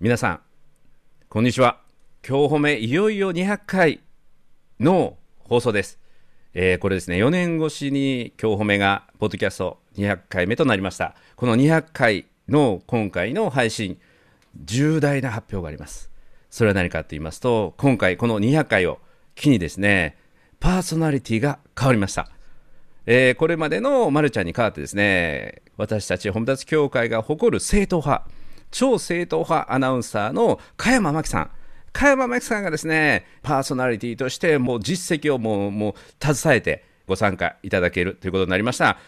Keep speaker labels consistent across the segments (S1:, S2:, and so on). S1: 皆さんこんにちは今日褒めいよいよ200回の放送です、えーこれですね4年越しに今日褒めがポッドキャスト200回目となりましたこの200回の今回の配信重大な発表がありますそれは何かと言いますと今回この200回を機にですねパーソナリティが変わりましたえーこれまでのまるちゃんに代わってですね私たち本立協会が誇る正統派超正統派アナウンサーの加山真紀さん加山真紀さんがですねパーソナリティとしてもう実績をもうもう携えてご参加いただけるということになりました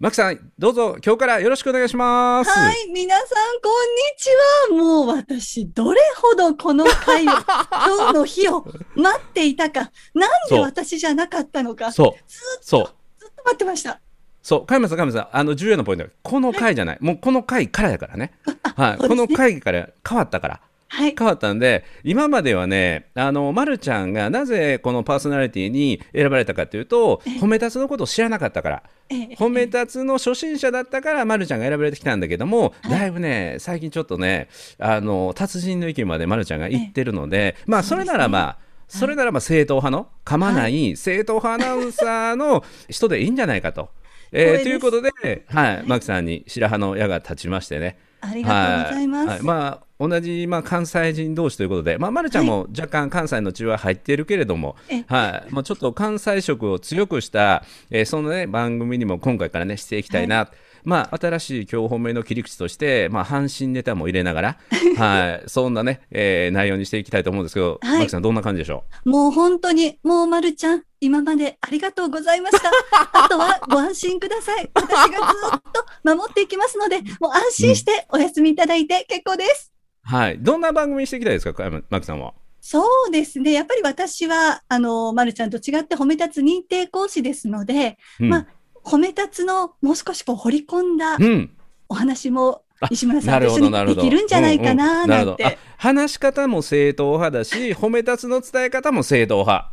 S1: 真紀さんどうぞ今日からよろしくお願いします、
S2: はい、皆さん、こんにちは。もう私、どれほどこの 回を、今日の日を待っていたか、なんで
S1: そう
S2: 私じゃなかったのか、ず
S1: そう
S2: ーっ
S1: そう
S2: と待ってました。
S1: そう、加山さん、加山さん、あの重要なポイント、この回じゃない、もうこの回からだ からね。はい、
S2: そ
S1: こ
S2: うですね
S1: の回から変わったから。
S2: はい。
S1: 変わったんで、今まではね、あの、まるちゃんがなぜこのパーソナリティに選ばれたかというと、褒めたつのことを知らなかったから。
S2: ええ
S1: 褒めたつの初心者だったから、まるちゃんが選ばれてきたんだけども、だいぶね、最近ちょっとね、あの、達人の意見までまるちゃんが言ってるので、まあ、そ
S2: そう
S1: れ
S2: ですね
S1: ならまあ、それならまあ正統派の噛まない正統派アナウンサーの人でいいんじゃないかと。
S2: 光栄
S1: えー
S2: です
S1: ということで、はい、マキさんに白羽の矢が立ちましてね。
S2: ありがとうございます。
S1: ははまあ、同じ、まあ、関西人同士ということで、まあ、まるちゃんも若干関西の血は入っているけれども、は
S2: え
S1: いまあ、ちょっと関西色を強くした、えーその、ね、番組にも今回から、ね、していきたいな。まあ、新しい今日褒めの切り口として、まあ、阪神ネタも入れなが ら、はい、そんなね、えー内容にしていきたいと思うんですけど、
S2: はい
S1: マキさん、どんな感じでしょ
S2: もう本当に、もうまるちゃん、今までありがとうございま した。あとはご安心ください。私がずーっと守っていきますので、もう安心してお休みいただいて結構です。
S1: う、はい、どんな番組にしていきたいですか、加山マキさんは。
S2: そうですね。やっぱり私は、あの、まるちゃんと違って褒め立つ認定講師ですので、
S1: うん
S2: まあ褒め立つのもう少しこう掘り込んだ
S1: うん
S2: お話も西村さ
S1: なん
S2: と
S1: るほ
S2: 一緒
S1: ど、
S2: に
S1: なる
S2: で
S1: ほど。
S2: きるんじゃないか
S1: うんう
S2: なん
S1: る
S2: な
S1: ほ
S2: ん
S1: ど
S2: て。
S1: あ話し方も正統派だし、褒め立つの伝え方も正統派。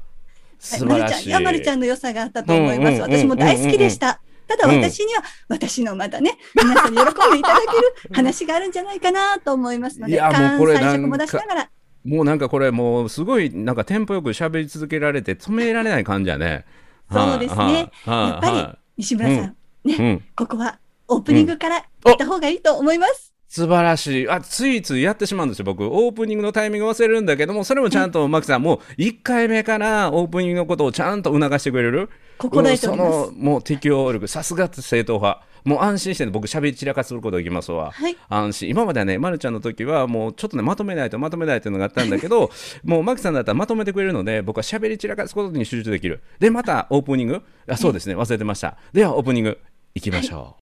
S1: 素晴らしい。
S2: はいまるちゃん、いやまるちゃんの良さがあったと思います。
S1: うんうんうんうん
S2: 私も大好きでした。ただ私には、私のまだね、皆さんに喜んでいただけ る話があるんじゃないかなと思いますの
S1: い
S2: で、
S1: やもう
S2: 関
S1: これ
S2: 西
S1: なんか
S2: 色も出しながら、
S1: もうなんかこれ、もうすごい、なんかテンポよく喋り続けられて、止められない感じやね。
S2: そうですね
S1: はい。
S2: やっぱり西村さん、り
S1: り。うん。
S2: ここはオープニングから行った方がいいと思います。
S1: 素晴らしい。あ、ついついやってしまうんですよ、僕。オープニングのタイミング忘れるんだけども、それもちゃんと、マキさん、もう1回目からオープニングのことをちゃんと促してくれる。
S2: 心得ておりま
S1: うんその、もう適応力、さすが正統派。もう安心してね、僕喋り散らかすることできますわ。
S2: はい
S1: 安心。今まではね、まるちゃんの時は、もうちょっとね、まとめないとまとめないっていうのがあったんだけど、 もうマキさんだったらまとめてくれるので、僕は喋り散らかすことに集中できる。で、またオープニングあ、そうですね、忘れてました。では、オープニング、いきましょ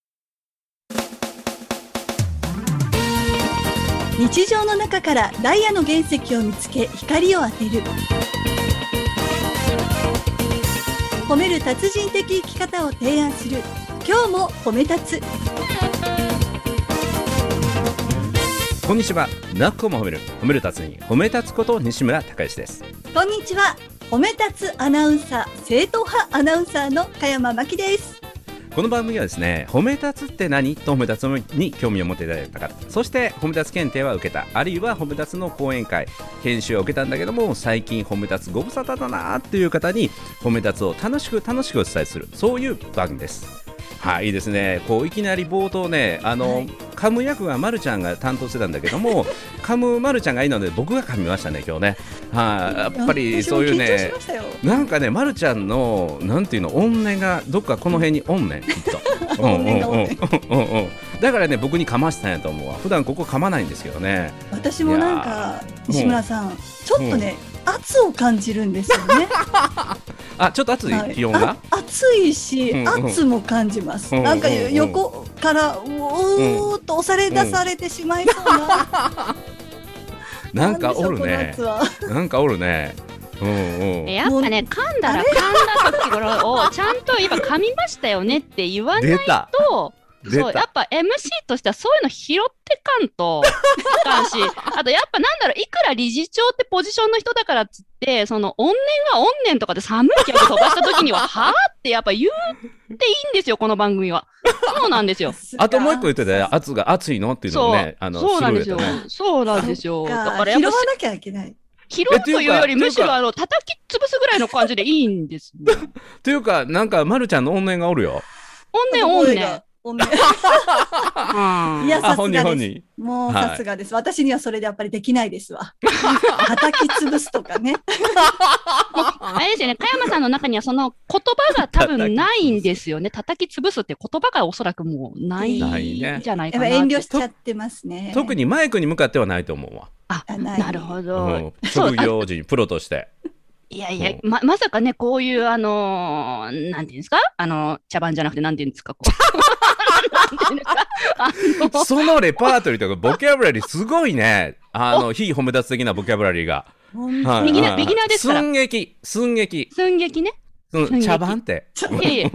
S1: う。
S2: 日常の中からダイヤの原石を見つけ光を当てる褒める達人的生き方を提案する今日も褒め立つ
S1: こんにちは。なっこも褒める。褒める達人、褒め立つこと西村孝之です。
S2: こんにちは褒め立つアナウンサー正統派アナウンサーの加山真希です
S1: この番組はですね褒め立つって何と褒め立つに興味を持っていただいた方そして褒め立つ検定は受けたあるいは褒め立つの講演会研修を受けたんだけども最近褒め立つご無沙汰だなっていう方に褒め立つを楽しく楽しくお伝えするそういう番組ですはいいいですねこういきなり冒頭ねあの、
S2: はい
S1: 噛む役はまるちゃんが担当してたんだけども噛むまるちゃんがいいので僕が噛みましたね今日ねはいやっぱりそういうね
S2: 私も緊張しましたよ
S1: なんかね、ま、るちゃんのなんていうの怨念がどっかこの辺に怨念きっと。
S2: 怨念が
S1: うんうん
S2: 怨
S1: うんうんうんだからね僕にかましたんやと思うわ普段ここかまないんですけどね
S2: 私もなん
S1: い
S2: か西村さんちょっとね、圧を感じるんですよね。
S1: あちょっと暑い、
S2: はい
S1: 気温が
S2: あ暑いし、
S1: うんうん
S2: 圧も感じます、
S1: うんうん
S2: なんか
S1: うんうん
S2: 横からうおーっと押され出されてしまいそう な、
S1: なんかおるね
S2: なんでしょうこの圧は
S1: なんかおるねうんうん
S3: やっぱね噛んだ ら噛んだ時頃をちゃんと今噛みましたよねって言わない
S1: 出た
S3: と
S1: 出
S3: そうや
S1: た
S3: っぱ MC としてはそういうの拾ってかんといかん しあとやっぱなんだろういくら理事長ってポジションの人だからっつってその怨念が怨念とかで寒い記憶飛ばした時にははあってやっぱ言ういいんですよ、この番組は。そうな んですよ。
S1: あともう一個言ってたよ。熱が熱いのっていうのも
S3: そう
S1: ね、あの、
S3: そうなんです
S1: スルー
S3: よ
S1: やったね。。
S3: そうなんですよ。
S2: そっ
S3: だからやっ
S2: 拾
S3: ぱ
S2: わなきゃいけない。
S3: 拾うという
S1: えと
S3: よ
S1: いうか
S3: り、むし
S1: という
S3: ろ
S1: か
S3: あの、叩き潰すぐらいの感じでいいんですよ。
S1: というか、なんか、まるちゃんの怨念がおるよ。
S3: おんねんおんねん。
S2: おめ
S3: うん
S2: いや
S1: あ、本人
S2: さすが
S1: 本
S2: で
S1: 人。
S2: もう
S1: はい
S2: さすがです。私にはそれでやっぱりできないですわ。叩き潰すと かね。
S3: あれですよね、加山さんの中にはその言葉が多分ないんです よね。叩き潰すって言葉がおそらくもうない
S1: ないね
S3: んじゃない
S2: や
S3: か
S2: っ
S3: な
S2: ぱ
S3: って。
S2: 遠慮しちゃってますね。
S1: 特にマイクに向かってはないと思うわ。
S3: あ、
S2: あない
S3: なるほど。
S1: うん
S3: そう
S1: 職、業人、プロとして。
S3: いやいや
S1: うん、
S3: ま、まさかね、こういう、あのーなんていうんですかあの、茶番じゃなくて、なんていうんです かこう。なんていうんですかあ の
S1: そのレパートリーとか、ボキャブラリーすごいね。 あの、非褒め立つ的なボキャブラリーが。
S2: 本当
S1: はい
S3: ビギナー
S1: はい
S3: ビギナーですから
S1: 寸劇、寸劇、
S3: 寸劇ね。
S1: うん
S3: 寸劇
S1: 茶番って。
S3: いやいや、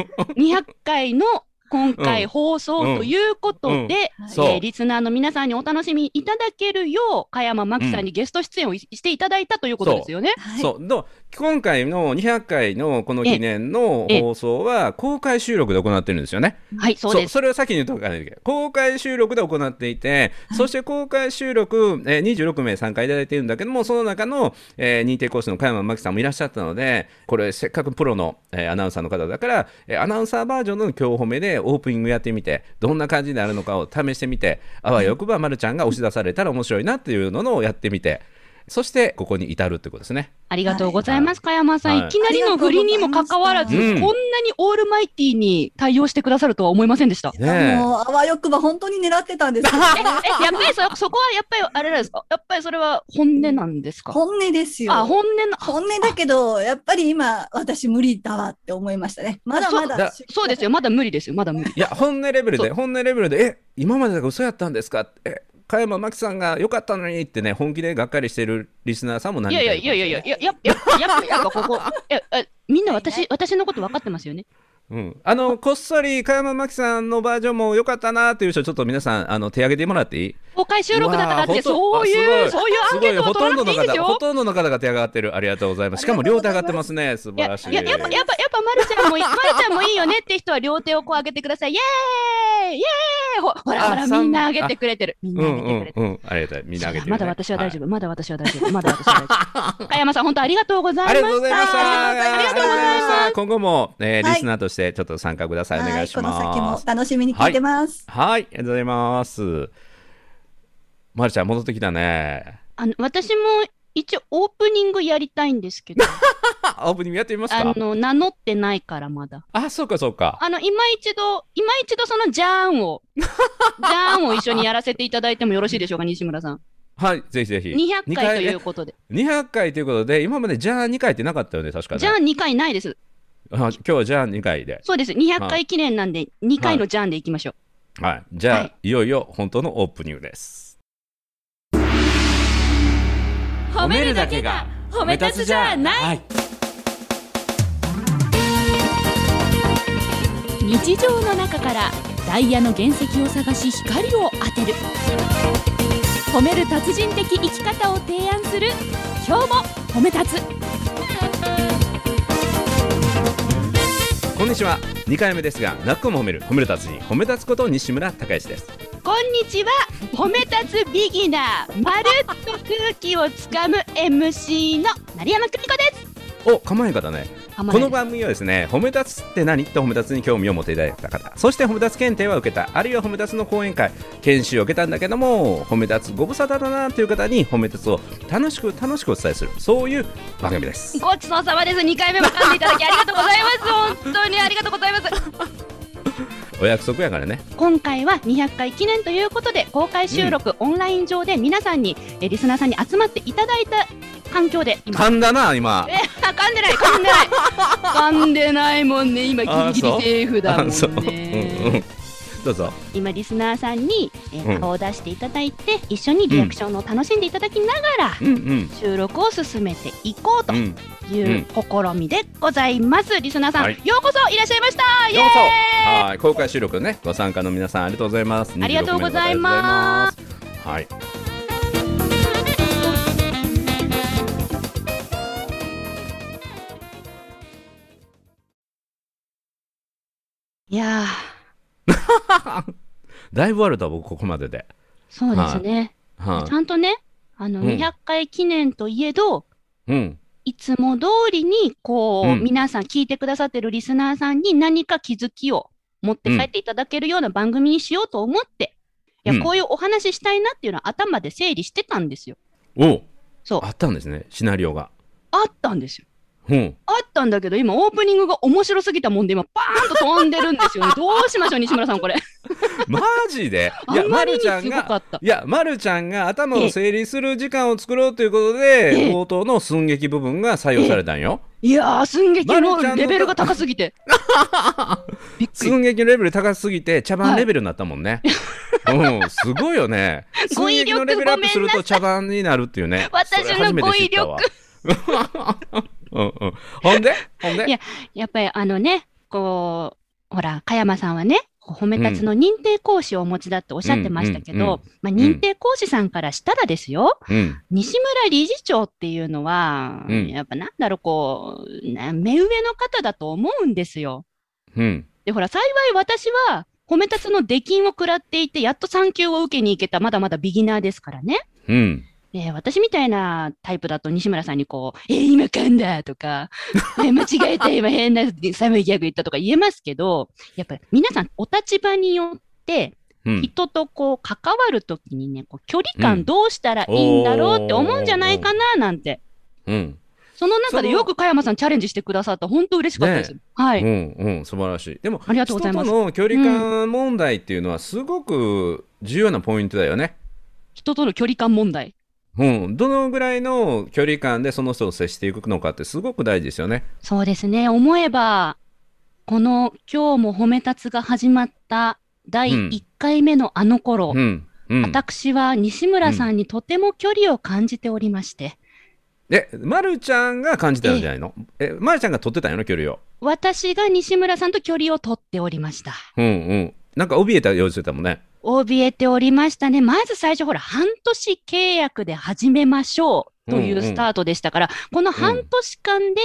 S3: 200回の今回放送ということ
S1: う
S3: で、
S1: んうん
S3: え
S1: そう
S3: ーリスナーの皆さんにお楽しみいただけるよう、加山真紀さんにゲスト出演をいしていただいたということですよね。
S2: はい
S1: そうど今回の200回のこの記念の
S3: ええ
S1: 放送は公開収録で行ってるんですよね。
S3: はい、そうです。
S1: それを先に言っとかないといけない。公開収録で行っていて、そして公開収録、えー26名参加いただいているんだけども、その中の、えー認定講師の加山真紀さんもいらっしゃったので、これせっかくプロの、えーアナウンサーの方だから、えーアナウンサーバージョンの今日褒めでオープニングやってみて、どんな感じになるのかを試してみて、あわよくばまるちゃんが押し出されたら面白いなっていうのをやってみて、そしてここに至るってことですね。
S3: ありがとうございます、加山さん、
S1: はい
S3: い。きなりの振りにもかかわらず、
S1: あ
S3: こ
S1: りが
S3: ん
S1: とう
S3: な
S1: ございま
S3: にオールマイティーに対応してくださるとは思いませんでした。
S1: ねえ
S2: もう、あわよくば本当に狙ってたんですけど
S3: え、え、
S2: ね。
S3: やっぱりそ、そこはやっぱりあれなんですかやっぱりそれは本音なんですか
S2: 本音ですよ。
S3: あ、本音な、
S2: 本音だけど、やっぱり今、私無理だわって思いましたね。まだまだ。
S3: そうですよ。まだ無理ですよ。まだ無理。
S1: いや、本音レベル
S3: そ
S1: で、本音レベルで、え、今までだから嘘やったんですかえ、加山真紀さんが良かったのにってね、本気でがっかりしてるリスナーさんも何
S3: い
S1: 人
S3: や
S1: か
S3: いや
S1: る
S3: いやいやいや、いや、やっぱ、やっぱ、やっぱ ここ、え、え、みんな私、私のこと分かってますよね。
S1: うん。あの、こっそり加山真紀さんのバージョンも良かったなっていう人、ちょっと皆さん、あの、手挙げてもらっていい
S3: 公開収録だったらっ
S1: うわ
S3: て、
S1: ーほ
S3: そ
S1: と
S3: ういう、
S1: あす
S3: そ
S1: ご
S3: ういうア
S1: す
S3: ンケ
S1: ごい、
S3: ート
S1: ほ
S3: を
S1: と
S3: 取ら
S1: んど
S3: なくて
S1: の
S3: いいです
S1: 方、ほ
S3: よ。
S1: とんどの方が手上がってる。ありがとうございます。しかも
S2: あり
S1: 両
S2: がとうご
S1: 手上
S2: ざい
S1: がってま
S2: ます
S1: すね。素
S3: い
S1: 晴
S3: や、い
S1: らしい。
S3: や、やっぱ、やっぱ、やっぱ、まるちゃんも いい、まるちゃんもいいよねって人は両手をこう上げてください。イエーイイエーイほほらほ
S1: あ
S3: ら、
S1: さん
S3: みんな上げてくれてる。みん
S1: う
S3: な上
S1: ん
S3: げ
S1: うん
S3: てくれてる。
S1: うん。ありがたい。みんなあげてるね、
S3: まだ私は大
S1: 夫。
S3: 丈夫。まだ私は大丈夫。まだ私は大丈 夫。加山さん、本当ありがとうございま
S1: あ
S3: し
S1: り
S3: た。
S1: がとうございました。
S2: あり
S1: ありが
S2: がとうございます
S1: とうございました今後も、えー
S2: はい
S1: リスナーとしてちょっと参加ください。お
S2: は
S1: 願い
S2: い、
S1: し
S2: こ
S1: ます。
S2: の先も楽しみに聞いてます。
S1: はい、ありがとうございます。まるちゃん戻ってきたね。
S3: あの、私も一応オープニングやりたいんですけど、
S1: あ、オープニングやってみます
S3: あ
S1: か。
S3: の、名乗ってないからまだ。
S1: あ、そうかそうか。
S3: あの、今一度、今一度そのジャーンを、ジャーンを一緒にやらせていただいてもよろしいでしょうか、西村さん。
S1: はい、ぜひぜひ。
S3: 200回とい
S1: ね
S3: うことで。
S1: 200回ということで、今までじゃあ2回ってなかったよね、確かね。
S3: ジャーン2回ないです。
S1: あ今日はじゃあ2回で。
S3: そうです。200回記念なんで、2回のジャーンでいきましょう。
S1: はい。じゃあ、、
S3: はい
S1: よいよ本当のオープニングです。
S3: 褒
S1: はい。
S4: 日常の中からダイヤの原石を探し光を当てる褒める達人的生き方を提案する今日も褒め立つ
S1: こんにちは。2回目ですが、泣くも褒める、褒める達人、褒め立つこと西村孝之です。
S3: こんにちは褒め立つビギナーまるっと空気をつかむ MC の成山久美子です
S1: お、構え方ね。
S3: 浜
S1: こ
S3: 辺
S1: の番組はですね褒め立つって何と褒め立つに興味を持っていただいた方そして褒め立つ検定は受けたあるいは褒め立つの講演会研修を受けたんだけども褒め立つご無沙汰だなという方に褒め立つを楽しく楽しくお伝えするそういう番組です
S3: ごちそうさまです2回目も噛んでいただきありがとうございます本当にありがとうございます
S1: お約束やからね
S3: 今回は200回記念ということで公開収録、オンライン上で皆さんにえリスナーさんに集まっていただいた環境で今
S1: 噛んだな今
S3: え噛んでない噛んで ない噛んでないもんね今ギリギリセーフだもん
S1: あ そう、
S3: ね
S1: うんうんどうぞ
S3: 今リスナーさんに、えー
S1: うん
S3: 顔を出していただいて、一緒にリアクションを楽しんでいただきながら、
S1: うんうん
S3: 収録を進めていこうと
S1: うん
S3: いう
S1: よ
S3: 試みでございます、リスナーさん、
S1: はい
S3: ようこそいらっしゃいましたイエ
S1: う
S3: ー
S1: こ
S3: イ
S1: そはい公開収録ねご参加の皆さんありがとうございます
S3: ありがとうございま
S1: す
S3: す
S1: はい
S3: いやー、
S1: だいぶあると僕ここまでで、
S3: そうですね。
S1: は
S3: ちゃんとね、あの、
S1: うん
S3: 200回記念といえど、
S1: いうん、
S3: いつも通りに、こう、
S1: うん
S3: 皆さん聞いてくださってるリスナーさんに何か気づきを持って帰っていただけるような番組にしようと思って、
S1: う
S3: い
S1: ん
S3: や、こういうお話ししたいなっていうのは頭で整理してたんですよ。
S1: おう
S3: そう
S1: あったんですねシナリオが、
S3: あったんですよ。
S1: うん、
S3: あったんだけど、今オープニングが面白すぎたもんで、今パーンと飛んでるん ですよね。どうしましょう、西村さん、これ。
S1: マジで
S3: あんまりに
S1: ちゃん
S3: すご
S1: が
S3: かった。
S1: いや、ま、るちゃんが頭を整理する時間を作ろうということで、
S3: ええ
S1: 冒頭の寸劇部分が採用されたんよ。
S3: いやー、寸劇
S1: まる
S3: の
S1: ちゃんの
S3: レベルが高すぎ て。びっくり。
S1: 寸劇のレベル高すぎて、茶番レベルになったもん ね。うん、すごいよね。寸
S3: 語彙
S1: 劇
S3: 力
S1: のレベルアップすると茶番になるっていうね。
S3: 私の
S1: それ初めて知ったわ
S3: 語
S1: うんうん、ほんでほんで
S3: いややっぱりあのね、こう、ほら、加山さんはね、褒め立つの認定講師をお持ちだっておっしゃってましたけ
S1: うんうんうん
S3: ど、まあ、認定講師さんからしたらですよ、
S1: うん、
S3: 西村理事長っていうのは、
S1: うん
S3: やっぱなんだろう、こう、な目上の方だと思うんですよ。
S1: うん。
S3: で、ほら、幸い私は、褒め立つの出禁を食らっていて、やっと産休を受けに行けた、まだまだビギナーですからね。
S1: うん、
S3: えー私みたいなタイプだと西村さんにこう、えー今噛んだとか、えー間違えた今変な 寒いギャグ言ったとか言えますけど、やっぱり皆さんお立場によって
S1: うん、
S3: 人とこう関わるときにね、こう距離感どうしたらいいんだろうって思うんじゃないかななんて。
S1: うん、
S3: その中でよく加山さんチャレンジしてくださった、本当嬉しかったです。は
S1: う
S3: い、
S1: ん、うん、素晴らしい。でも、
S3: ありがとうございます
S1: 人との距離感問題っていうのは、すごく重要なポイントだよね。
S3: 人との距離感問題。
S1: うん、どのぐらいの距離感でその人と接していくのかってすごく大事ですよね。
S3: そうですね。思えば、この今日も褒め立つが始まった第
S1: うん
S3: 1回目のあの頃、
S1: うん。うん、
S3: 私は西村さんにとても距離を感じておりまして、
S1: え、ま、るちゃんが感じてたんじゃないのえまるちゃんが取ってたんやろ距離を。
S3: 私が西村さんと距離を取っておりました。
S1: うんうん。なんか怯えた様子してたもんね。
S3: 怯えておりましたね。まず最初、ほら、半年契約で始めましょうとい
S1: んう
S3: うんうスタートでしたから、この半年間で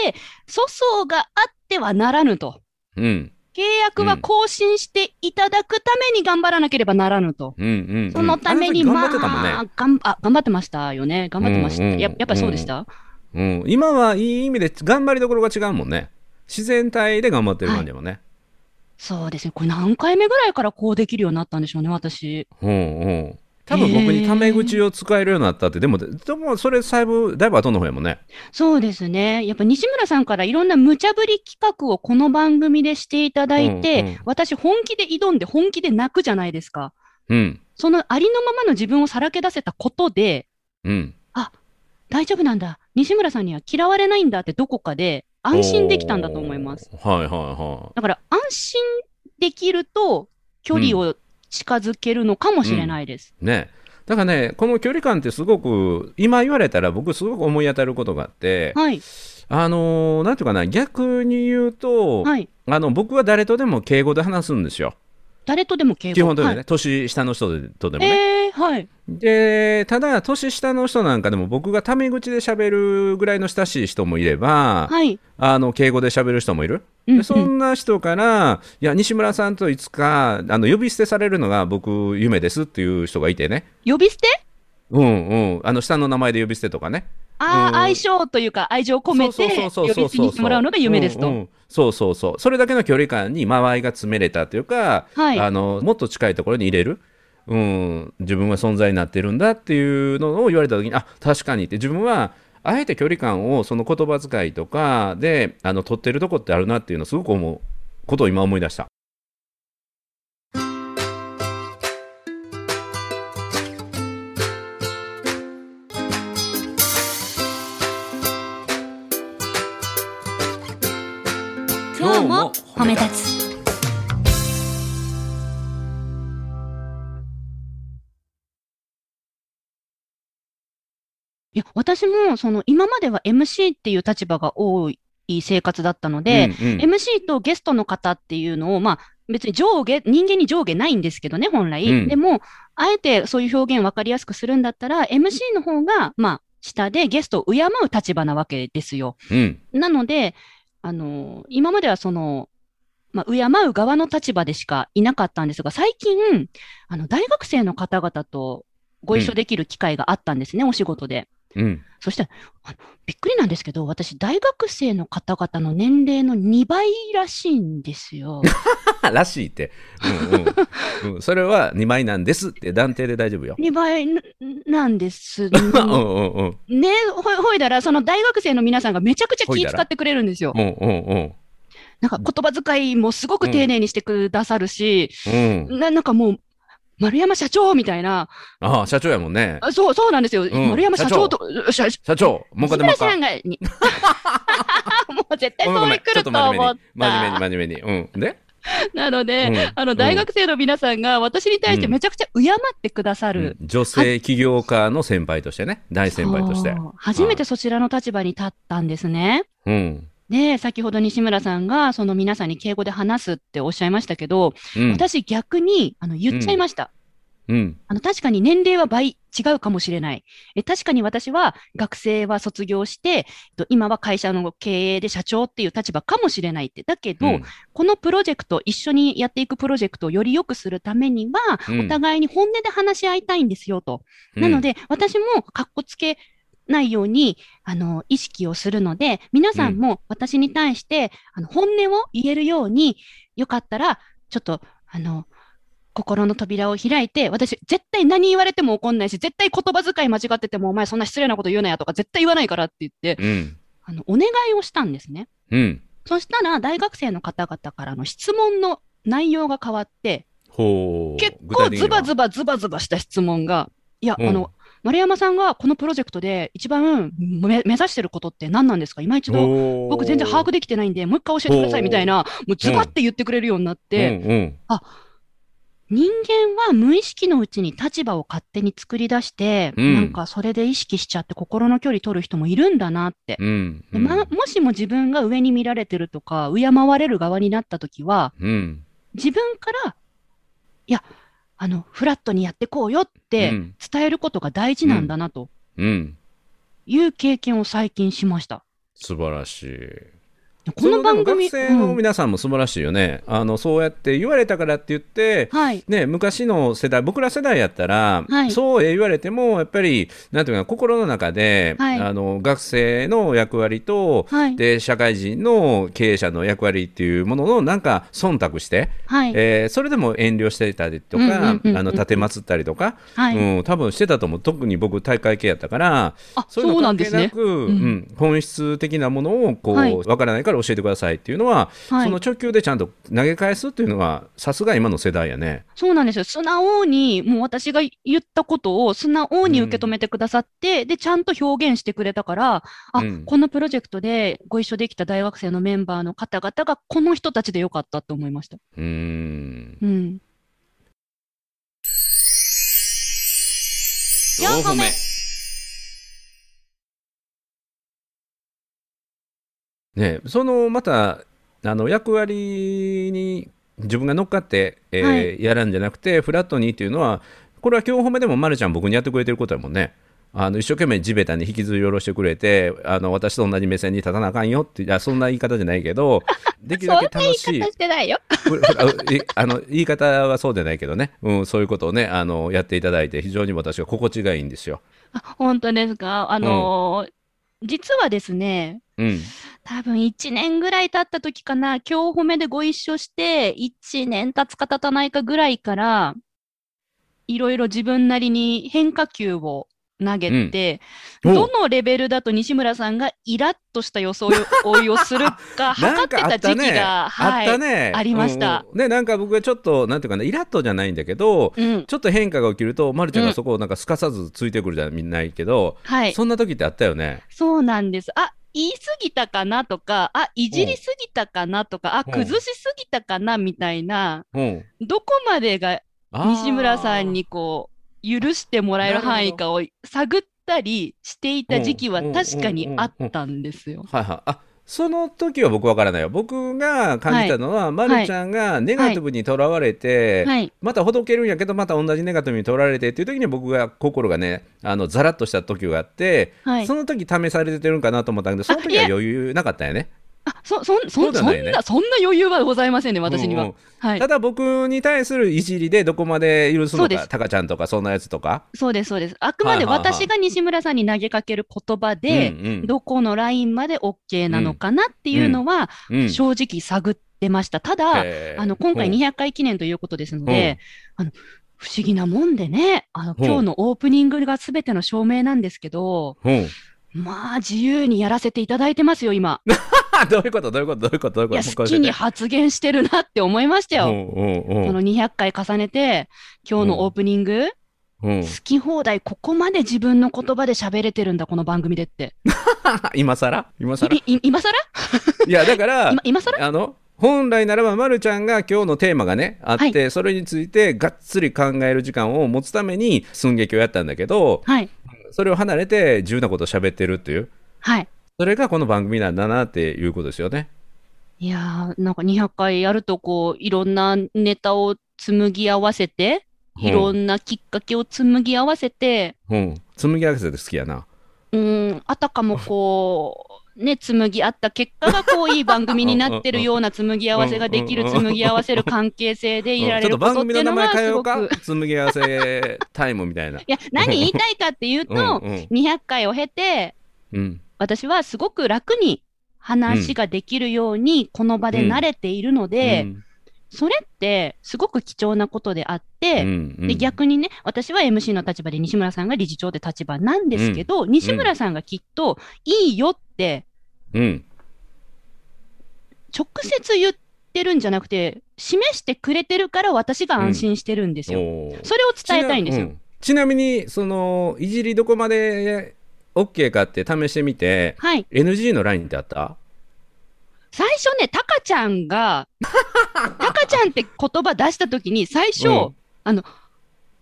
S3: 粗相があってはならぬと。
S1: うん。
S3: 契約は更新していただくために頑張らなければならぬと。
S1: うんうん、うん。
S3: そのために、
S1: あの時頑張って
S3: ま
S1: たもんね。
S3: あ、頑張あ頑張ってましたよね。頑張ってました。
S1: うんうん
S3: ややっぱりそうでした、
S1: うん、今はいい意味で頑張りどころが違うもんね。自然体で頑張ってる感じもね。
S3: そうですね。これ何回目ぐらいからこうできるようになったんでしょうね、私。
S1: うんうん。多分僕にタメ口を使えるようになったって、でも、でもそれだいぶ、だいぶ後の方やもんね。
S3: そうですね。やっぱ西村さんからいろんな無茶ぶり企画をこの番組でしていただいて、
S1: うんうん
S3: 私本気で挑んで本気で泣くじゃないですか。
S1: うん。
S3: そのありのままの自分をさらけ出せたことで、
S1: うん。
S3: 大丈夫なんだ。西村さんには嫌われないんだってどこかで安心できたんだと思います。
S1: おー。はいはいはい。
S3: だから安心できると距離を近づけるのかもしれないです。
S1: ねだからねこの距離感ってすごく今言われたら僕すごく思い当たることがあって、
S3: はい。
S1: あのーなんていうかな逆に言うと、
S3: はい。
S1: あの僕は誰とでも敬語で話すんですよ
S3: 誰とでも敬語
S1: 基本的にね、
S3: はい
S1: 年下の人とでもね、
S3: えー、はい。
S1: でただ年下の人なんかでも僕がタメ口で喋るぐらいの親しい人もいれば、
S3: はい。
S1: あの敬語で喋る人もいる
S3: うんう
S1: でそ
S3: ん
S1: んな人から、いや西村さんといつかあの呼び捨てされるのが僕夢ですっていう人がいてね
S3: 呼び捨て
S1: うんうんあの下の名前で呼び捨てとかね
S3: あ
S1: うん
S3: あ、相性というか、愛情を込めて、
S1: そうそうそうそう
S3: 呼び捨てにしてもらうのが夢です
S1: うんう
S3: と。
S1: んそうそうそうそれだけの距離感に間合いが詰めれたというか、
S3: はい
S1: あのもっと近いところに入れる、うん、自分は存在になってるんだっていうのを言われた時にあ確かにって自分はあえて距離感をその言葉遣いとかであの取ってるとこってあるなっていうのをすごく思うことを今思い出した。
S4: 今日も褒め立つ
S3: いや、私も、その、今までは MC っていう立場が多い生活だったので、
S1: うんうん
S3: MC とゲストの方っていうのを、まあ、別に上下、人間に上下ないんですけどね、本来。
S1: うん
S3: でも、あえてそういう表現分かりやすくするんだったら、MC の方が、まあ、下でゲストを敬う立場なわけですよ。
S1: うん
S3: なので、あの今まではその、まあ、敬う側の立場でしかいなかったんですが、最近、あの、大学生の方々とご一緒できる機会があったんですね、お仕事で。
S1: うん。
S3: そしたら、あのびっくりなんですけど、私、大学生の方々の年齢の2倍らしいんで すよ。
S1: らしいって。うんうん。うん、それは2枚なんですって断定で大 丈夫よ。
S3: 2倍なな んです。
S1: うんうんうん。
S3: ね、ほいほいだら、その大学生の皆さんがめちゃくちゃ気使ってくれるんですよ。
S1: うんうんうん。
S3: なんか言葉遣いもすごく丁寧にしてくださるし、
S1: うん。
S3: ななんかもう、丸山社長みたいな、
S1: ああ、社長やもんね。
S3: あそう、そうなんですよ。
S1: ん
S3: 丸山社長と、社長、
S1: 社長、もうかでも
S3: 村
S1: うか
S3: さん。が、に もう絶対そう来ると思っ
S1: 真面目に、
S3: た。
S1: 真面目に、真面目に。うん。で
S3: なので、
S1: うん
S3: あの、大学生の皆さんが私に対してめちゃくちゃ敬ってくださる。
S1: うん女性起業家の先輩としてね、大先輩として。
S3: そう初めてそちらの立場に立ったんですね。
S1: うん。
S3: で、先ほど西村さんが、その皆さんに敬語で話すっておっしゃいましたけど、
S1: うん。
S3: 私逆に、あの、言っちゃいました。
S1: うん。
S3: あの、確かに年齢は倍違うかもしれない。え、確かに私は学生は卒業して、えっと、今は会社の経営で社長っていう立場かもしれないって。だけど、
S1: うん
S3: このプロジェクト、一緒にやっていくプロジェクトをより良くするためには、
S1: うん
S3: お互いに本音で話し合いたいんですよと。なの、で、私もかっこつけないように、あの、意識をするので、皆さんも私に対して、あの、本音を言えるように、よかったら、ちょっと、あの、心の扉を開いて、私、絶対何言われても怒んないし、絶対言葉遣い間違ってても、お前そんな失礼なこと言うなやとか、絶対言わないからって言って、
S1: うん。
S3: あの、お願いをしたんですね。
S1: うん。
S3: そしたら、大学生の方々からの質問の内容が変わって、
S1: ほう。
S3: 結構ズバ
S1: バ。
S3: ズバズバズバした質問が、いや、
S1: うん
S3: あの、丸山さんがこのプロジェクトで一番め目指してることって何なんですか今一度、僕全然把握
S1: で
S3: できてないんで、もう一回教えてくださいみたいな、もうズバって言ってくれるようになって、、
S1: うんうん
S3: 人間は無意識のうちに立場を勝手に作り出して、
S1: うん
S3: なんかそれで意識しちゃって心の距離取る人もいるんだなって。
S1: うん。
S3: でま、もしも自分が上に見られてるとか、敬われる側になった時は、
S1: うん。
S3: 自分から、いや、あの、フラットにやってこうよって
S1: うん
S3: 伝えることが大事なんだなと
S1: うん。
S3: いう経験を最近しました。
S1: 素晴らしい。
S3: この番組、
S1: それでも学生の
S3: うん
S1: 皆さんも素晴らしいよね。あの、そうやって言われたからって言って、
S3: はい。
S1: ね、昔の世代僕ら世代やったら、
S3: はい
S1: そう言われてもやっぱりなんていうかな心の中で、
S3: はい
S1: あの学生の役割と、
S3: はい
S1: で社会人の経営者の役割っていうもののなんか忖度して、
S3: はい。
S1: えーそれでも遠慮してたりと
S3: うんうん
S1: か
S3: うんうん
S1: あの立てまつったりとか、
S3: はい
S1: うん、多分してたと思う特に僕大会系やったから
S3: あ、
S1: そういう
S3: そうな
S1: の
S3: ん
S1: 関係
S3: です
S1: な
S3: ね。
S1: く、うん本質的なものをこう、
S3: はい
S1: 分からないから教えてくださいっていうのは、
S3: はい
S1: その直球でちゃんと投げ返すっていうのはさすが今の世代やね。
S3: そうなんですよ。素直に、もう私が言ったことを素直に受け止めてくださって、で、ちゃんと表現してくれたから、あ、
S1: うん
S3: このプロジェクトでご一緒できた大学生のメンバーの方々が、この人たちでよかったと思いました。
S1: うーん
S3: うん。
S4: 4個目
S1: ねそのまたあの役割に自分が乗っかって、えー
S3: は
S1: やらんじゃなくてフラットにっていうのはこれは今日褒めでもまるちゃん僕にやってくれてることやもんね。あの一生懸命地べたに引きずり下ろしてくれてあの私と同じ目線に立たなあかんよっていやそんな言い方じゃないけどできるだけ楽しい
S4: してないよ。
S1: ふふあい あの言い方はそうじゃないけどね、うん、そういうことをねあのやっていただいて非常に私は心地がいいんですよ。
S3: あ本当ですか。あのー実はですね、
S1: うん、
S3: 多分1年ぐらい経った時かな、今日褒めでご一緒して、1年経つか経たないかぐらいから、いろいろ自分なりに変化球を投げて、
S1: うん
S3: どのレベルだと西村さんがイラッとした装いを するか測ってた時期が、
S1: あ
S3: は
S1: った
S3: い。
S1: ね。
S3: ありました
S1: うんうんね、なんか僕がちょっと、なんていうかな、イラッとじゃないんだけど、
S3: うん。
S1: ちょっと変化が起きると、まるちゃん
S3: う
S1: が
S3: ん
S1: そこをなんかすかさずついてくるじゃないけど、
S3: はい。
S1: そんな時ってあったよね。
S3: そうなんです。あ、言い過ぎたかなとか、あ、いじりすぎたかなとか、あ、
S1: うん
S3: 崩しすぎたかなみたいな、
S1: うん。
S3: どこまでが
S1: あー
S3: 西村さんにこう、許してもらえる範囲かを探ったりしていた時期は
S1: うん
S3: 確かにあったんですよ。
S1: はいはい。あその時は僕わからないよ。僕が感じたのは、まるちゃんがネガティブにとらわれて、
S3: はい。
S1: またほどけるんやけど、また同じネガティブにとらわれてっていう時に僕が心がね、あの、ザラッとした時があって、
S3: はい
S1: そ。の時試されてるんかなと思ったんだけど、その時は
S3: あいえ
S1: 余裕なかったよね。
S3: あ、そ、そん、そ、
S1: そうんじゃ
S3: そ
S1: ないよ
S3: ん
S1: ね
S3: な、そんな余裕はございませんね、私に
S1: うんう
S3: は
S1: ん。
S3: はい
S1: た。だ僕に対するいじりでどこまで許す
S3: そ
S1: の
S3: うで
S1: か、
S3: す
S1: タカちゃんとかそんなやつとか。
S3: そうです、そうです。あくま
S1: は
S3: で
S1: いはいはい
S3: 私が西村さんに投げかける言葉
S1: う
S3: で、
S1: んうん
S3: どこのラインまで OK なのかなっていうのは、
S1: うん
S3: 正直探ってました。ただ、
S1: へー
S3: あの、今回
S1: うん
S3: 200回記念ということですので、あの、不思議なもんでね、あの、今日のオープニングが全ての証明なんですけど、
S1: うん、
S3: まあ、自由にやらせていただいてますよ、今。
S1: あどういうことどういうことどういうことどういうこ
S3: い
S1: と
S3: や、好きに発言してるなって思いました
S1: う
S3: よ。
S1: んうんう
S3: こ
S1: ん
S3: の200回重ねて、今日のオープニング、
S1: うん、
S3: 好き放題、ここまで自分の言葉で喋れてるんだ、この番組でって。
S1: 今更今更
S3: いい今更
S1: いやだから
S3: 今今更
S1: あの本来ならば、ま、るちゃんが今日のテーマがねあって、それについてがっつり考える時間を持つために寸劇をやったんだけど
S3: はい。
S1: それを離れて自由なことを喋ってるっていう
S3: はい。
S1: それがこの番組なんだなっていうことですよね。
S3: いやー、なんか200回やると、こう、いろんなネタを紡ぎ合わせて、
S1: うん
S3: いろんなきっかけを紡ぎ合わせて、
S1: うん、紡ぎ合わせて好きやな。
S3: うーん、あたかもこ う、ね、紡ぎ合った結果が、こう、いい番組になってるような紡ぎ合わせができ
S1: う
S3: る、
S1: んうんうん
S3: 紡ぎ合わせる関係性でいら
S1: うんちょ
S3: れ
S1: っと
S3: るこ
S1: 番
S3: とって
S1: 組
S3: い
S1: の
S3: う
S1: 名
S3: のは、
S1: 前変え
S3: す
S1: よ
S3: ご
S1: うか
S3: く、
S1: 紡ぎ合わせタイムみたいな。
S3: いや、何言いたいかっていうと、
S1: うんうん
S3: 200回を経て、
S1: うん
S3: 私はすごく楽に話ができるようにこの場で慣れているので、
S1: うん
S3: それってすごく貴重なことであっ
S1: う
S3: て、
S1: んうん
S3: で逆にね、私は MC の立場で西村さんが理事長って立場なんですけど、西村さんがきっといいよって
S1: うん
S3: 直接言ってるんじゃなくて、示してくれてるから私が安心してるんですよ。
S1: おー
S3: それを伝えたいんですよ。
S1: ちな,う、ちなみにそのいじりどこまで OK かって試してみて
S3: はい。
S1: NG のラインってあった
S3: 最初ね、タカちゃ んが、タカちゃんって言葉出したときに、最初、
S1: うん
S3: あの、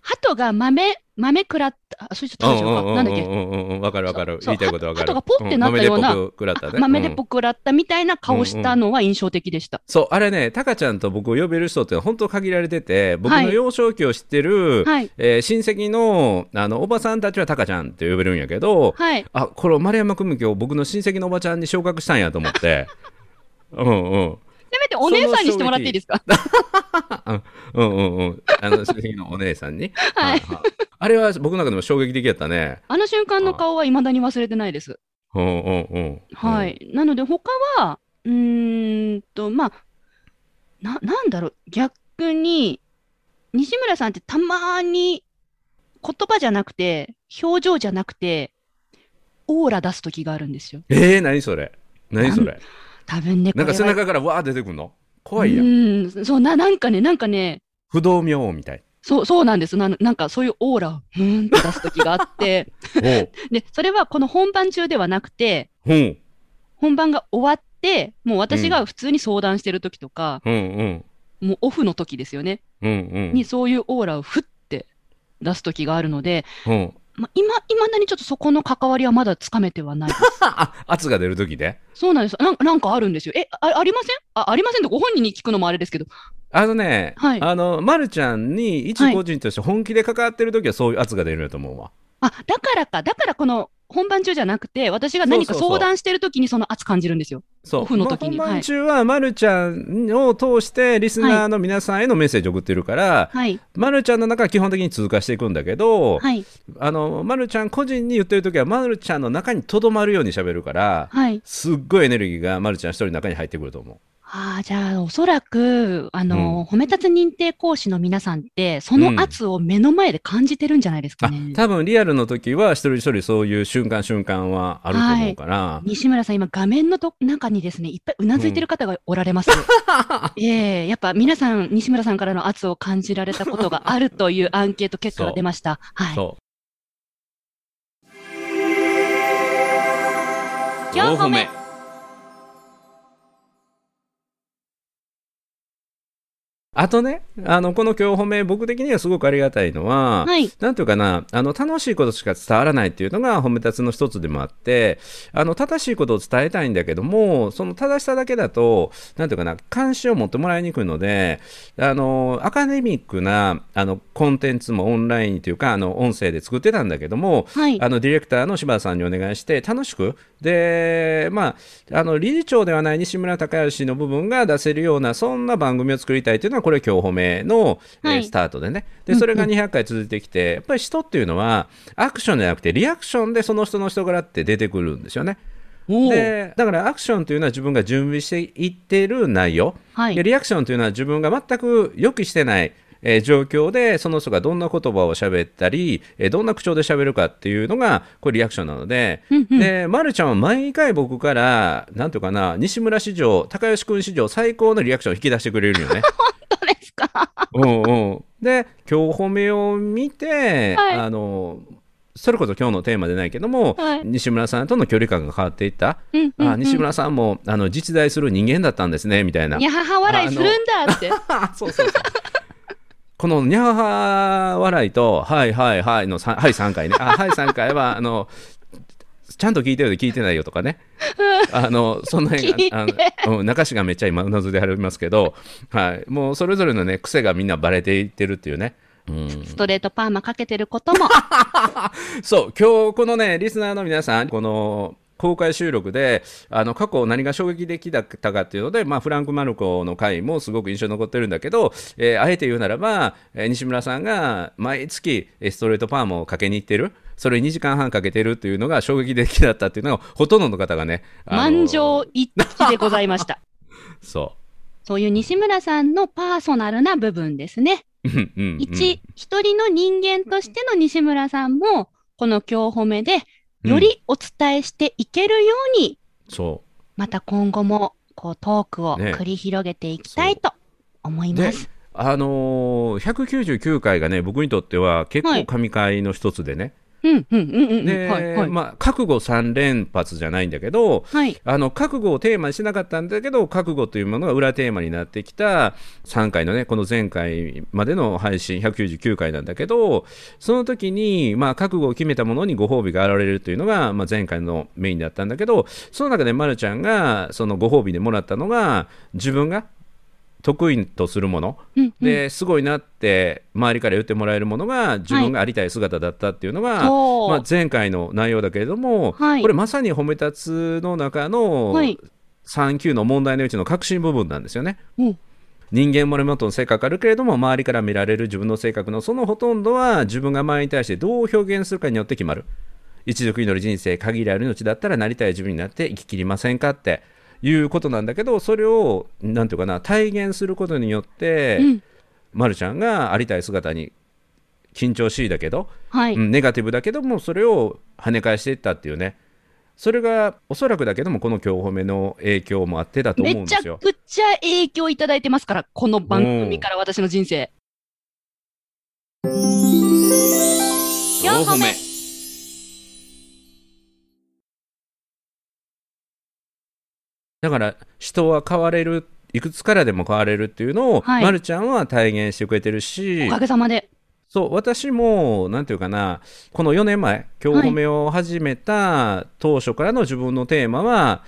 S3: 鳩が豆、豆食らった、あ、それちょっとでしょうか。なんだっけ。
S1: けわかるわかる
S3: そ
S1: 言
S3: う
S1: いたいことわかる
S3: 鳩がポッてなったような
S1: 豆でぽく食らったね
S3: あ 豆で
S1: うん
S3: ぽくらったみたいな顔したのは印象的でした。
S1: そうあれねタカちゃんと僕を呼べる人って本当限られてて僕
S3: は
S1: の
S3: い
S1: 幼少期を知ってる、
S3: はい。
S1: えー親戚のあのおばさんたちはタカちゃんって呼べるんやけど、
S3: はい。
S1: あこれ丸山久美を僕の親戚のおばちゃんに昇格したんやと思って うんうん
S3: せめてお姉さんにしてもらっていいですか
S1: うんうんうん。あの、親戚のお姉さんに。
S3: はい。
S1: はい。あれは僕の中でも衝撃的やったね。
S3: あの瞬間の顔は未だに忘れてないです。
S1: うんうんうん。
S3: は。い。なので、他は、うーんと、まあ、な、なんだろう、逆に、西村さんってたまに言葉じゃなくて、表情じゃなくて、オーラ出す時があるんですよ。
S1: えー、何それ何それ
S3: 多分ね、
S1: なんか
S3: こ
S1: 背
S3: れは
S1: 中からわー出てくんの怖いや。
S3: うんーん、そうな、なんかね、なんかね、
S1: 不動明王みたい。
S3: そう、そうなんです。な、なんかそういうオーラを、うーんって出す時があ って、で、それはこの本番中ではなくて、
S1: おう。うん。
S3: 本番が終わって、もう私が普通に相談してる時とか、
S1: うんうん。
S3: もうオフの時ですよね。
S1: うんうん。
S3: にそういうオーラをふって出す時があるので、
S1: うん。
S3: まあ、今、いまだにちょっとそこの関わりはまだつかめて はないです。
S1: あ、あ圧が出るときで
S3: そうなんですなん。なんかあるんですよ。え、あありませんあありませんとご本人に聞くのもあれですけど。
S1: あのね、
S3: はい
S1: あの、まるちゃんに一
S3: はい
S1: 個人として本気で関わってるときはそういう圧が出るんやと思うわ。
S3: あ、だからか、だからこの本番中じゃなくて、私が何か
S1: そうそうそう
S3: 相談してる時にその圧感じるんですよ。
S1: そう
S3: オフの時に
S1: まあ
S3: は
S1: 本番
S3: い
S1: 中はまるちゃんを通してリスナーの皆さんへのメッセージを送ってるから、
S3: はい。
S1: まるちゃんの中は基本的に通過していくんだけど、
S3: はい。
S1: あのまるちゃん個人に言ってる時はまるちゃんの中にとどまるように喋るから、
S3: はい。
S1: すっごいエネルギーがまるちゃん一人の中に入ってくると思
S3: ああ、じゃあ、おそらく、あの、褒め立つ認定講師の皆さんって、その圧を目の前で感じてるんじゃないです
S1: う。
S3: かね
S1: あ。多分リアルの時は一人一人そういう瞬間瞬間はあると思うから、
S3: 西村さん、今、画面のと中にですね、いっぱいうなずいてる方がおら れます。ええやっぱ皆さん、西村さんからの圧を感じられたことがあるというアンケート結果が出ました。はい。
S1: そう。
S4: 今日褒め
S1: あとね、あの、この今日褒め、僕的にはすごくありがたいのは、
S3: はい
S1: なんていうかな、あの、楽しいことしか伝わらないっていうのが褒め立つの一つでもあって、あの、正しいことを伝えたいんだけども、その正しさだけだと、なんていうかな、関心を持ってもらいにくいので、あの、アカデミックな、あの、コンテンツもオンラインというか、あの、音声で作ってたんだけども、
S3: はい
S1: あの、ディレクターの柴田さんにお願いして、楽しく、で、まあ、あの、理事長ではない西村隆義の部分が出せるような、そんな番組を作りたいというのは、これ今日褒めの、えー
S3: はい
S1: スタートでね。で、それが200回続いてきて、やっぱり人っていうのは、アクションじゃなくて、リアクションでその人の人柄って出てくるんですよね。
S3: おー
S1: で、だからアクションというのは自分が準備していってる内容。
S3: はい
S1: でリアクションというのは自分が全く予期してない、えー状況でその人がどんな言葉を喋ったり、えーどんな口調で喋るかっていうのがこれリアクションなので、
S3: うんうん
S1: で、ま、るちゃんは毎回僕からなんていうかな西村史上高吉君史上最高のリアクションを引き出してくれるよ ね。
S3: どうですか
S1: うんうん、で今日褒めを見て、
S3: はい
S1: あのそれこそ今日のテーマじゃないけども、
S3: はい
S1: 西村さんとの距離感が変わっていった、
S3: うんうんうん
S1: あ西村さんもあの実在する人間だったんですねみたいない
S3: や、母笑いするんだって。
S1: あ そうそうそう。このにゃはは笑いと、はいはいはいのさん、はい3回ね。あ、はい3回は、あ の、ちゃんと聞いてるようで聞いてないよとかね。あの、その
S3: 聞い
S1: 辺
S3: て
S1: が、あの、うん中志がめっちゃ今、うなずでありますけど、はい。もうそれぞれのね、癖がみんなバレていってるっていうね。うん、
S3: ストレートパーマかけてるこ とも。
S1: そう、今日このね、リスナーの皆さん、この公開収録で、あの、過去何が衝撃的だったかっていうので、まあ、フランク・マルコの回もすごく印象に残ってるんだけど、えーあえて言うならば、えー西村さんが毎月えーストレートパーマをかけに行ってる。それ2時間半かけてるっていうのが衝撃的だったっていうのが、ほとんどの方がね。あの
S3: 満場一致でございました。
S1: そ
S3: そういう西村さんのパーソナルな部分ですね。
S1: う。うんうんうん
S3: 一、一人の人間としての西村さんも、この今日褒めで、よりお伝えしていけるように、
S1: そ
S3: また今後も、こう、トークを
S1: ね。
S3: 繰り広げていきたいと思いうま
S1: で、
S3: す。
S1: あのー199回がね、僕にとっては結構神回の一つでね、
S3: うん、うん、うん、うんうん。
S1: で、
S3: はい、はい。
S1: まあ、覚悟3連発じゃないんだけど、
S3: はい。
S1: あの、覚悟をテーマにしなかったんだけど、覚悟というものが裏テーマになってきた3回のね、この前回までの配信199回なんだけど、その時に、まあ、覚悟を決めたものにご褒美が現れるというのが、まあ、前回のメインだったんだけど、その中でまるちゃんが、そのご褒美でもらったのが、自分が得意とするもの、
S3: うん、うん。
S1: ですごいなって周りから言ってもらえるものが自分がありたい姿だったっていうのが、
S3: そう
S1: まあ、前回の内容だけれども、
S3: はい
S1: これまさに褒め立つの中の
S3: はい。
S1: 3級の問題のうちの核心部分なんですよね。
S3: うん
S1: 人間もれ元の性格あるけれども周りから見られる自分の性格のそのほとんどは自分が周りに対してどう表現するかによって決まる。一族祈る人生限りある命だったらなりたい自分になって生ききりませんかっていうことなんだけどそれをなんていうかな体現することによって、
S3: うん
S1: まるちゃんがありたい姿に緊張しいだけど、
S3: はい。
S1: うんネガティブだけどもそれを跳ね返していったっていうねそれがおそらくだけどもこの今日褒めの影響もあってだと思うん
S3: め
S1: で
S3: ちゃ
S1: すよ。
S3: くちゃ影響いただいてますから、この番組から私の人生。
S4: 4個目
S1: だから人は変われるいくつからでも変われるっていうのを、
S3: はい
S1: まるちゃんは体現してくれてる
S3: お
S1: し
S3: かげさまで。
S1: そう私もなんていうかなこの4年前今日褒めを始めた当初からの自分のテーマは、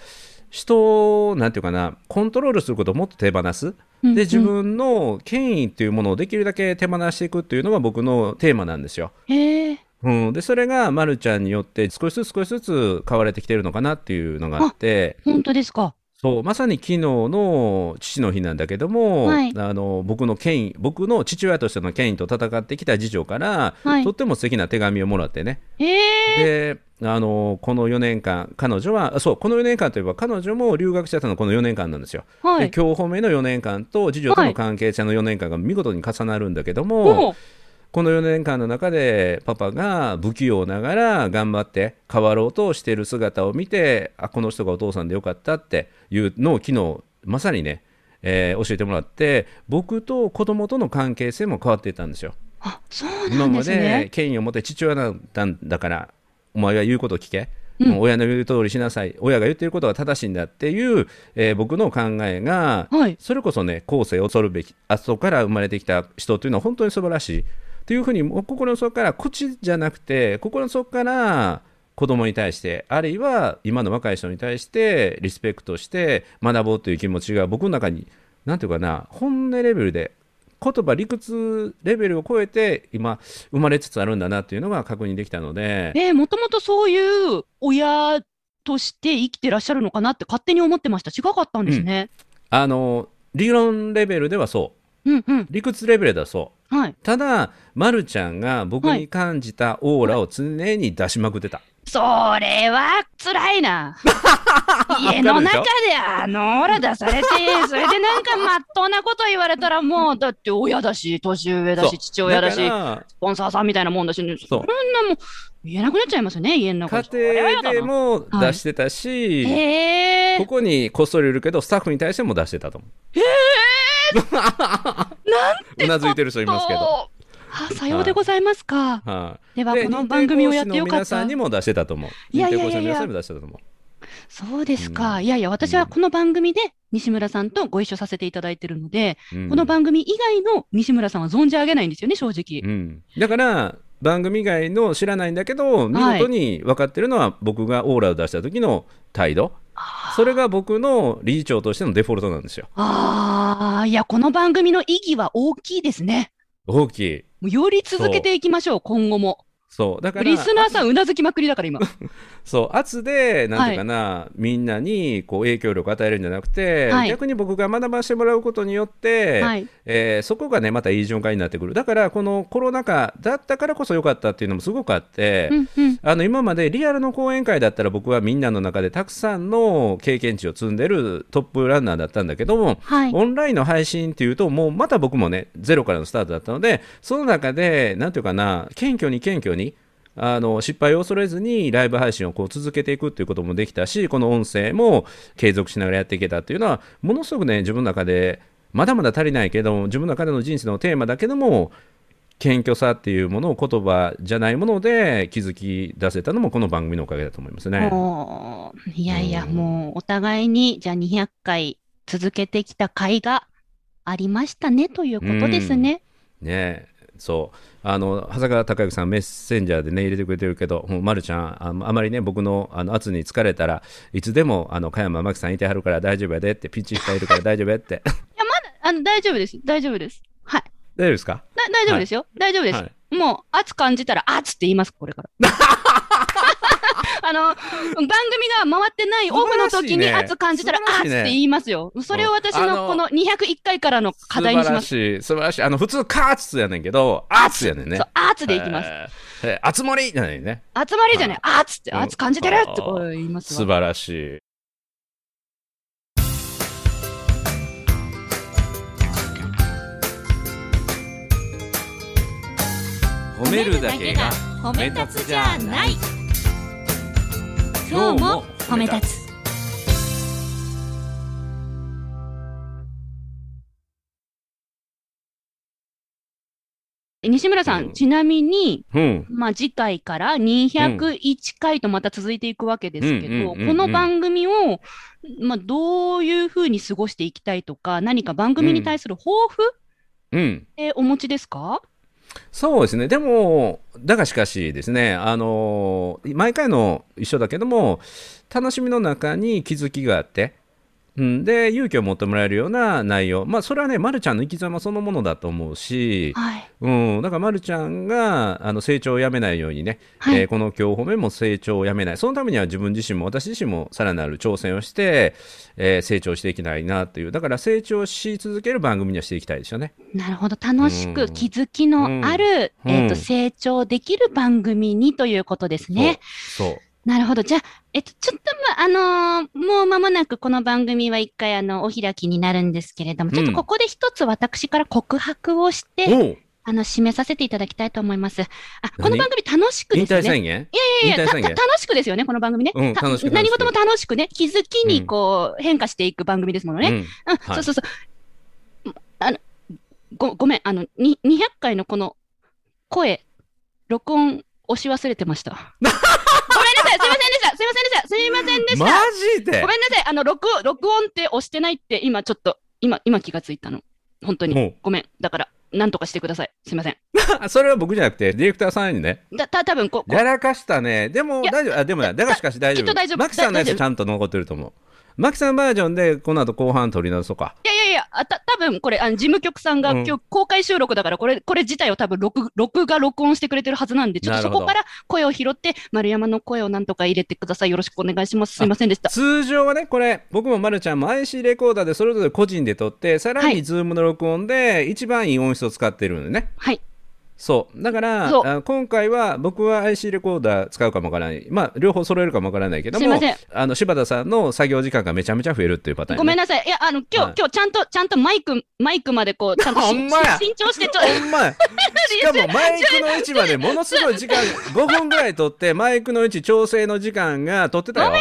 S1: 人をなんていうかなコントロールすることをもっと手放す
S3: うん
S1: で自
S3: うん
S1: 分の権威っていうものをできるだけ手放していくっていうのが僕のテーマなんですよ。
S3: へえ。
S1: うん、でそれがまるちゃんによって少しずつ少しずつ変われてきてるのかなっていうのがあって
S3: 本当ですか。
S1: そうまさに昨日の父の日なんだけども、
S3: はい
S1: あの僕の権威僕の父親としての権威と戦ってきた次女から、
S3: はい
S1: とっても素敵な手紙をもらってね
S3: へえ。
S1: であのこの4年間彼女はあそうこの4年間といえば彼女も留学してたのはこの4年間なんですよ。
S3: は
S1: で
S3: い。
S1: 教褒めの4年間と次女と
S3: は
S1: の
S3: い
S1: 関係者の4年間が見事に重なるんだけども、
S3: おう
S1: この4年間の中でパパが不器用ながら頑張って変わろうとしている姿を見てあこの人がお父さんでよかったっていうのを昨日まさにね、えー教えてもらって僕と子供との関係性も変わっていったんですよ。
S3: あ、そうな
S1: 今
S3: ん
S1: ま
S3: ですね
S1: で。権威を持って父親だったんだからお前は言うこと聞け
S3: うん
S1: もう親の言う通りしなさい親が言ってることが正しいんだっていう、えー僕の考えが、
S3: はい
S1: それこそね後世を恐るべき後から生まれてきた人というのは本当に素晴らしいというふうにもう心の底から口じゃなくて心の底から子供に対してあるいは今の若い人に対してリスペクトして学ぼうという気持ちが僕の中に何ていうかな本音レベルで言葉理屈レベルを超えて今生まれつつあるんだなっていうのが確認できたので。
S3: えー、もともとそういう親として生きてらっしゃるのかなって勝手に思ってました。違かったんですね。
S1: あの理論レベルではそう
S3: うん、うん、
S1: 理屈レベルではそう
S3: はい。
S1: ただ、ま、るちゃんが僕
S3: はい
S1: に感じたオーラを常に出しまくってた、
S3: それは辛い な。家の中であのオーラ出さ れて、それでなんかまっとうなこと言われたらもう、だって親だし、年上だ
S1: そう
S3: し、父親だし、
S1: だ
S3: ス
S1: か
S3: ポンサーさんみたいなもんだし、そんな
S1: そう
S3: もう言えなくなっちゃいますよね、家の中
S1: ら
S3: で。
S1: 家庭で
S3: で
S1: も
S3: な
S1: 出してたし、
S3: えー
S1: こ、こにこっそりいるけどスタッフに対しても出してたと思 う。うなずいてる人いますけど。はい
S3: とあ、さようでございますか。では、
S1: で
S3: この番組をやってよか
S1: 認定講師の
S3: っ
S1: 皆さ
S3: た
S1: んに。も出してたと思う。
S3: いやい
S1: 認定
S3: やい
S1: 講
S3: やい
S1: 師
S3: や
S1: の皆さんにも出してたと思う。
S3: そうです
S1: う
S3: か。いやいや、私はこの番組で西村さんとご一緒させていただいてるので、
S1: うん
S3: この番組以外の西村さんは存じ上げないんですよね、正直。
S1: うん、だから番組以外の知らないんだけど見事に分かってるのは僕がオーラを出した時の態度それが僕の理事長としてのデフォルトなんですよ
S3: ああ、いや、この番組の意義は大きいですね。
S1: 大きい
S3: もうより続けていきましょう、今後も。
S1: そうだから
S3: リスナーさん、うなずきまくりだから、今。
S1: そう圧でなんていうかな、みんなにこう影響力を与えるんじゃなくて、
S3: はい
S1: 逆に僕が学ばしてもらうことによって、
S3: はい。
S1: えーそこがねまたいい循環になってくるだからこのコロナ禍だったからこそ良かったっていうのもすごくあって、
S3: うんうん。
S1: あの今までリアルの講演会だったら僕はみんなの中でたくさんの経験値を積んでるトップランナーだったんだけども、
S3: はい。
S1: オンラインの配信っていうともうまた僕もねゼロからのスタートだったのでその中で何ていうかな謙虚に謙虚にあの失敗を恐れずにライブ配信をこう続けていくっていうこともできたしこの音声も継続しながらやっていけたっていうのはものすごくね自分の中でまだまだ足りないけども自分の中での人生のテーマだけども謙虚さっていうものを言葉じゃないもので気づき出せたのもこの番組のおかげだと思いますね。
S3: もう、いやいや、
S1: うん
S3: もう、お互いに、じゃあ200回続けてきた甲斐がありましたね、ということですね。
S1: ねえそうあの長谷川孝之さんメッセンジャーでね入れてくれてるけどもう、ま、るちゃんあのあまりね僕のあの圧に疲れたらいつでもあの加山真紀さんいてはるから大丈夫やでってピンチしているから大丈夫やって
S3: あの、大丈夫です。大丈夫です。はい。
S1: 大丈夫ですか
S3: だ大丈夫ですよ。大丈夫です。
S1: は
S3: もう、圧感じたら、圧って言います、こ れから。あの、番組が回ってないオフの時に
S1: 素晴らしいね
S3: 圧感じたら、
S1: 素晴らし
S3: 圧っ
S1: い
S3: て
S1: ね
S3: 言いますよ。それを私
S1: あ
S3: の
S1: の
S3: この201回からの課題にします。
S1: 素晴らしい素晴らしいあの普通カーツやねんけど圧やねんね
S3: そう、圧でいきます。
S1: す、えー、熱盛りじゃないね
S3: 集まりじゃない、圧って、
S1: うん
S3: 圧感じてるってこう言います
S1: 素
S3: わ。
S1: 晴らしい褒めるだけが
S4: 褒め立つじゃない
S1: 今
S4: 今
S1: 日
S4: 日
S1: も
S4: も褒
S1: 褒め
S4: め
S1: 立
S4: 立
S1: つ
S4: つ
S3: 西村さ
S1: うん
S3: ん、ちなみに、
S1: うん
S3: まあ、次回から201回とまた続いていくわけですけ
S1: うん
S3: ど、
S1: うん
S3: こ
S1: うんうんうん
S3: の番組を、まあ、どういうふうに過ごしていきたいとか、何か番組に対する抱負
S1: うん
S3: えーお持ちですか
S1: そうですね、でも、だがしかしですね、あの毎回の一緒だけども、楽しみの中に気づきがあって、うん、で、勇気を持ってもらえるような内容、まあ、それはね、ま、るちゃんの生き様そのものだと思うし、
S3: はい。
S1: うん、だから、ま、るちゃんがあの成長をやめないようにね、
S3: はい
S1: えーこの今日褒めも成長をやめない、そのためには自分自身も、私自身もさらなる挑戦をして、えー成長していきたいなという、だから成長し続ける番組にはしていきたいですよね。
S3: なるほど。楽し
S1: う
S3: く
S1: ん
S3: 気づきのある、
S1: うん
S3: えっ、と、
S1: うん
S3: 成長できる番組にということですね。
S1: そうそう
S3: なるほど。じゃあ、えっと、ちょっと、ま、あのーもう間もなくこの番組は一回、あの、お開きになるんですけれども、ちょっ
S1: う
S3: と
S1: ん
S3: ここで一つ私から告白をして、
S1: おう
S3: あの、締めさせていただきたいと思います。あ、こ
S1: 何
S3: の番組楽しく
S1: 引
S3: ですね。
S1: 退宣言
S3: いやいや
S1: 引退宣言
S3: たた楽しくですよね、この番組ね。
S1: うん
S3: た
S1: 楽しく楽
S3: 何
S1: しく
S3: 事も楽しくね、気づきにこう、変化していく番組ですものね。
S1: うん
S3: うん、
S1: はい
S3: そうそうそう。あの、ご、ごめん、あの、に200回のこの 声、録音押し忘れてました。ごめんなさい、すいませんでした、すいませんした
S1: マジで
S3: ごめんなさい。あの、録、録音って押してないって、今ちょっと、今、今気がついたの。本当
S1: もう
S3: に。ごめん。だから、なんとかしてください。すいません。
S1: あ それは僕じゃなくて、ディレクターさんにね。
S3: だ、た、多分こ、こ
S1: やらかしたね。でも
S3: いや
S1: 大丈夫。あ、でもな。だからしかし大丈
S3: きっと
S1: 夫。
S3: 大丈夫
S1: マキさんのや
S3: だ
S1: つ
S3: 大丈夫
S1: ちゃんと残ってると思う。マキさんバージョンで、この後後半取り直そうか。
S3: いやいやいや、あた、多分これ、あの、事務局さんが
S1: うん
S3: 今日公開収録だから、これ、これ自体を多分録、録画録音してくれてるはずなんで、ちょっ
S1: なる
S3: とそ
S1: ほど
S3: こから声を拾って、丸山の声をなんとか入れてください。よろしくお願いします。すいませんでした。
S1: 通常はね、これ、僕もまるちゃんも IC レコーダーでそれぞれ個人で撮って、さら
S3: は
S1: に
S3: い
S1: ズームの録音で一番いい音質を使ってるんでね。
S3: はい。
S1: そう。だから、
S3: そう
S1: あ今回は僕は IC レコーダー使うかもわからない。まあ、両方揃えるかもわからないけど
S3: すい
S1: も
S3: ません、
S1: あの、柴田さんの作業時間がめちゃめちゃ増えるっていうパターン、ね。
S3: ごめんなさい。いや、あの、今日、
S1: はい
S3: 今日ちゃんと、ちゃんとマイク、マイクまでこう、ちゃんとし
S1: ほんまや
S3: し慎重して、ちょ、
S1: ほんまやしかもマイクの位置までものすごい時間、5分ぐらい取って、マイクの位置調整の時間が取ってたよ。
S3: いや、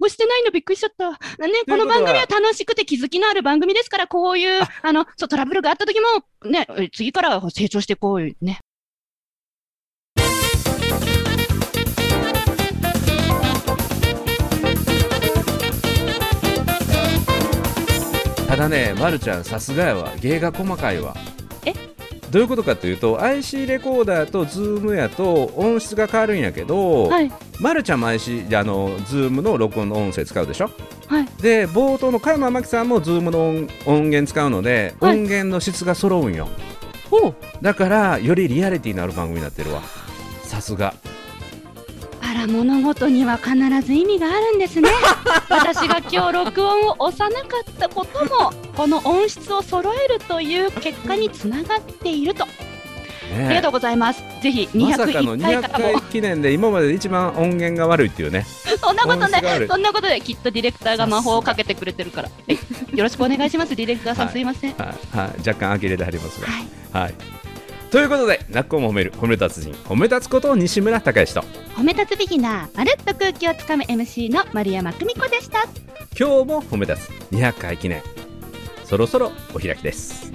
S3: 押してないのびっくりしちゃった。ね、
S1: とは
S3: この番組は楽しくて気づきのある番組ですから、こういう、あの、そう、トラブルがあった時も、ね、次からは成長してこういうね。
S1: ただね、ま、るちゃん、さすがやわ。芸が細かいわ。
S3: え
S1: どういうことかというと IC レコーダーと Zoom やと音質が変わるんやけど、
S3: はい。
S1: まるちゃんも IC あの Zoom の録音の音声使うでしょ
S3: はい。
S1: で冒頭の加山真紀さんも Zoom の音音源使うので、
S3: はい
S1: 音源の質が揃うんよ
S3: ほう。
S1: だからよりリアリティのある番組になってるわさすが
S3: あら、物事には必ず意味があるん ですね。私が今日録音を押さなかったことも、この音質を揃えるという結果につながっていると。あり
S1: ね
S3: がとうございます。ぜひ、
S1: まさかの
S3: 201回
S1: 200
S3: からも
S1: 回、記念で今までで一番音源が悪いっていうね
S3: そんなこと
S1: 音質
S3: ない
S1: が悪い
S3: そんなことできっとディレクターが魔法をかけてくれてるから。はいよろしくお願い します、ディレクターさん、
S1: はい
S3: すいません。
S1: はいはい若干呆れてはりますが
S3: はい
S1: はいということで「なっこも褒める褒め立つ人褒め立つこと西村孝之と
S3: 褒め立つビギナー、まるっと空気をつかむ MC の丸山久美子でした。
S1: 今日も褒め立つ200回記念そろそろお開きです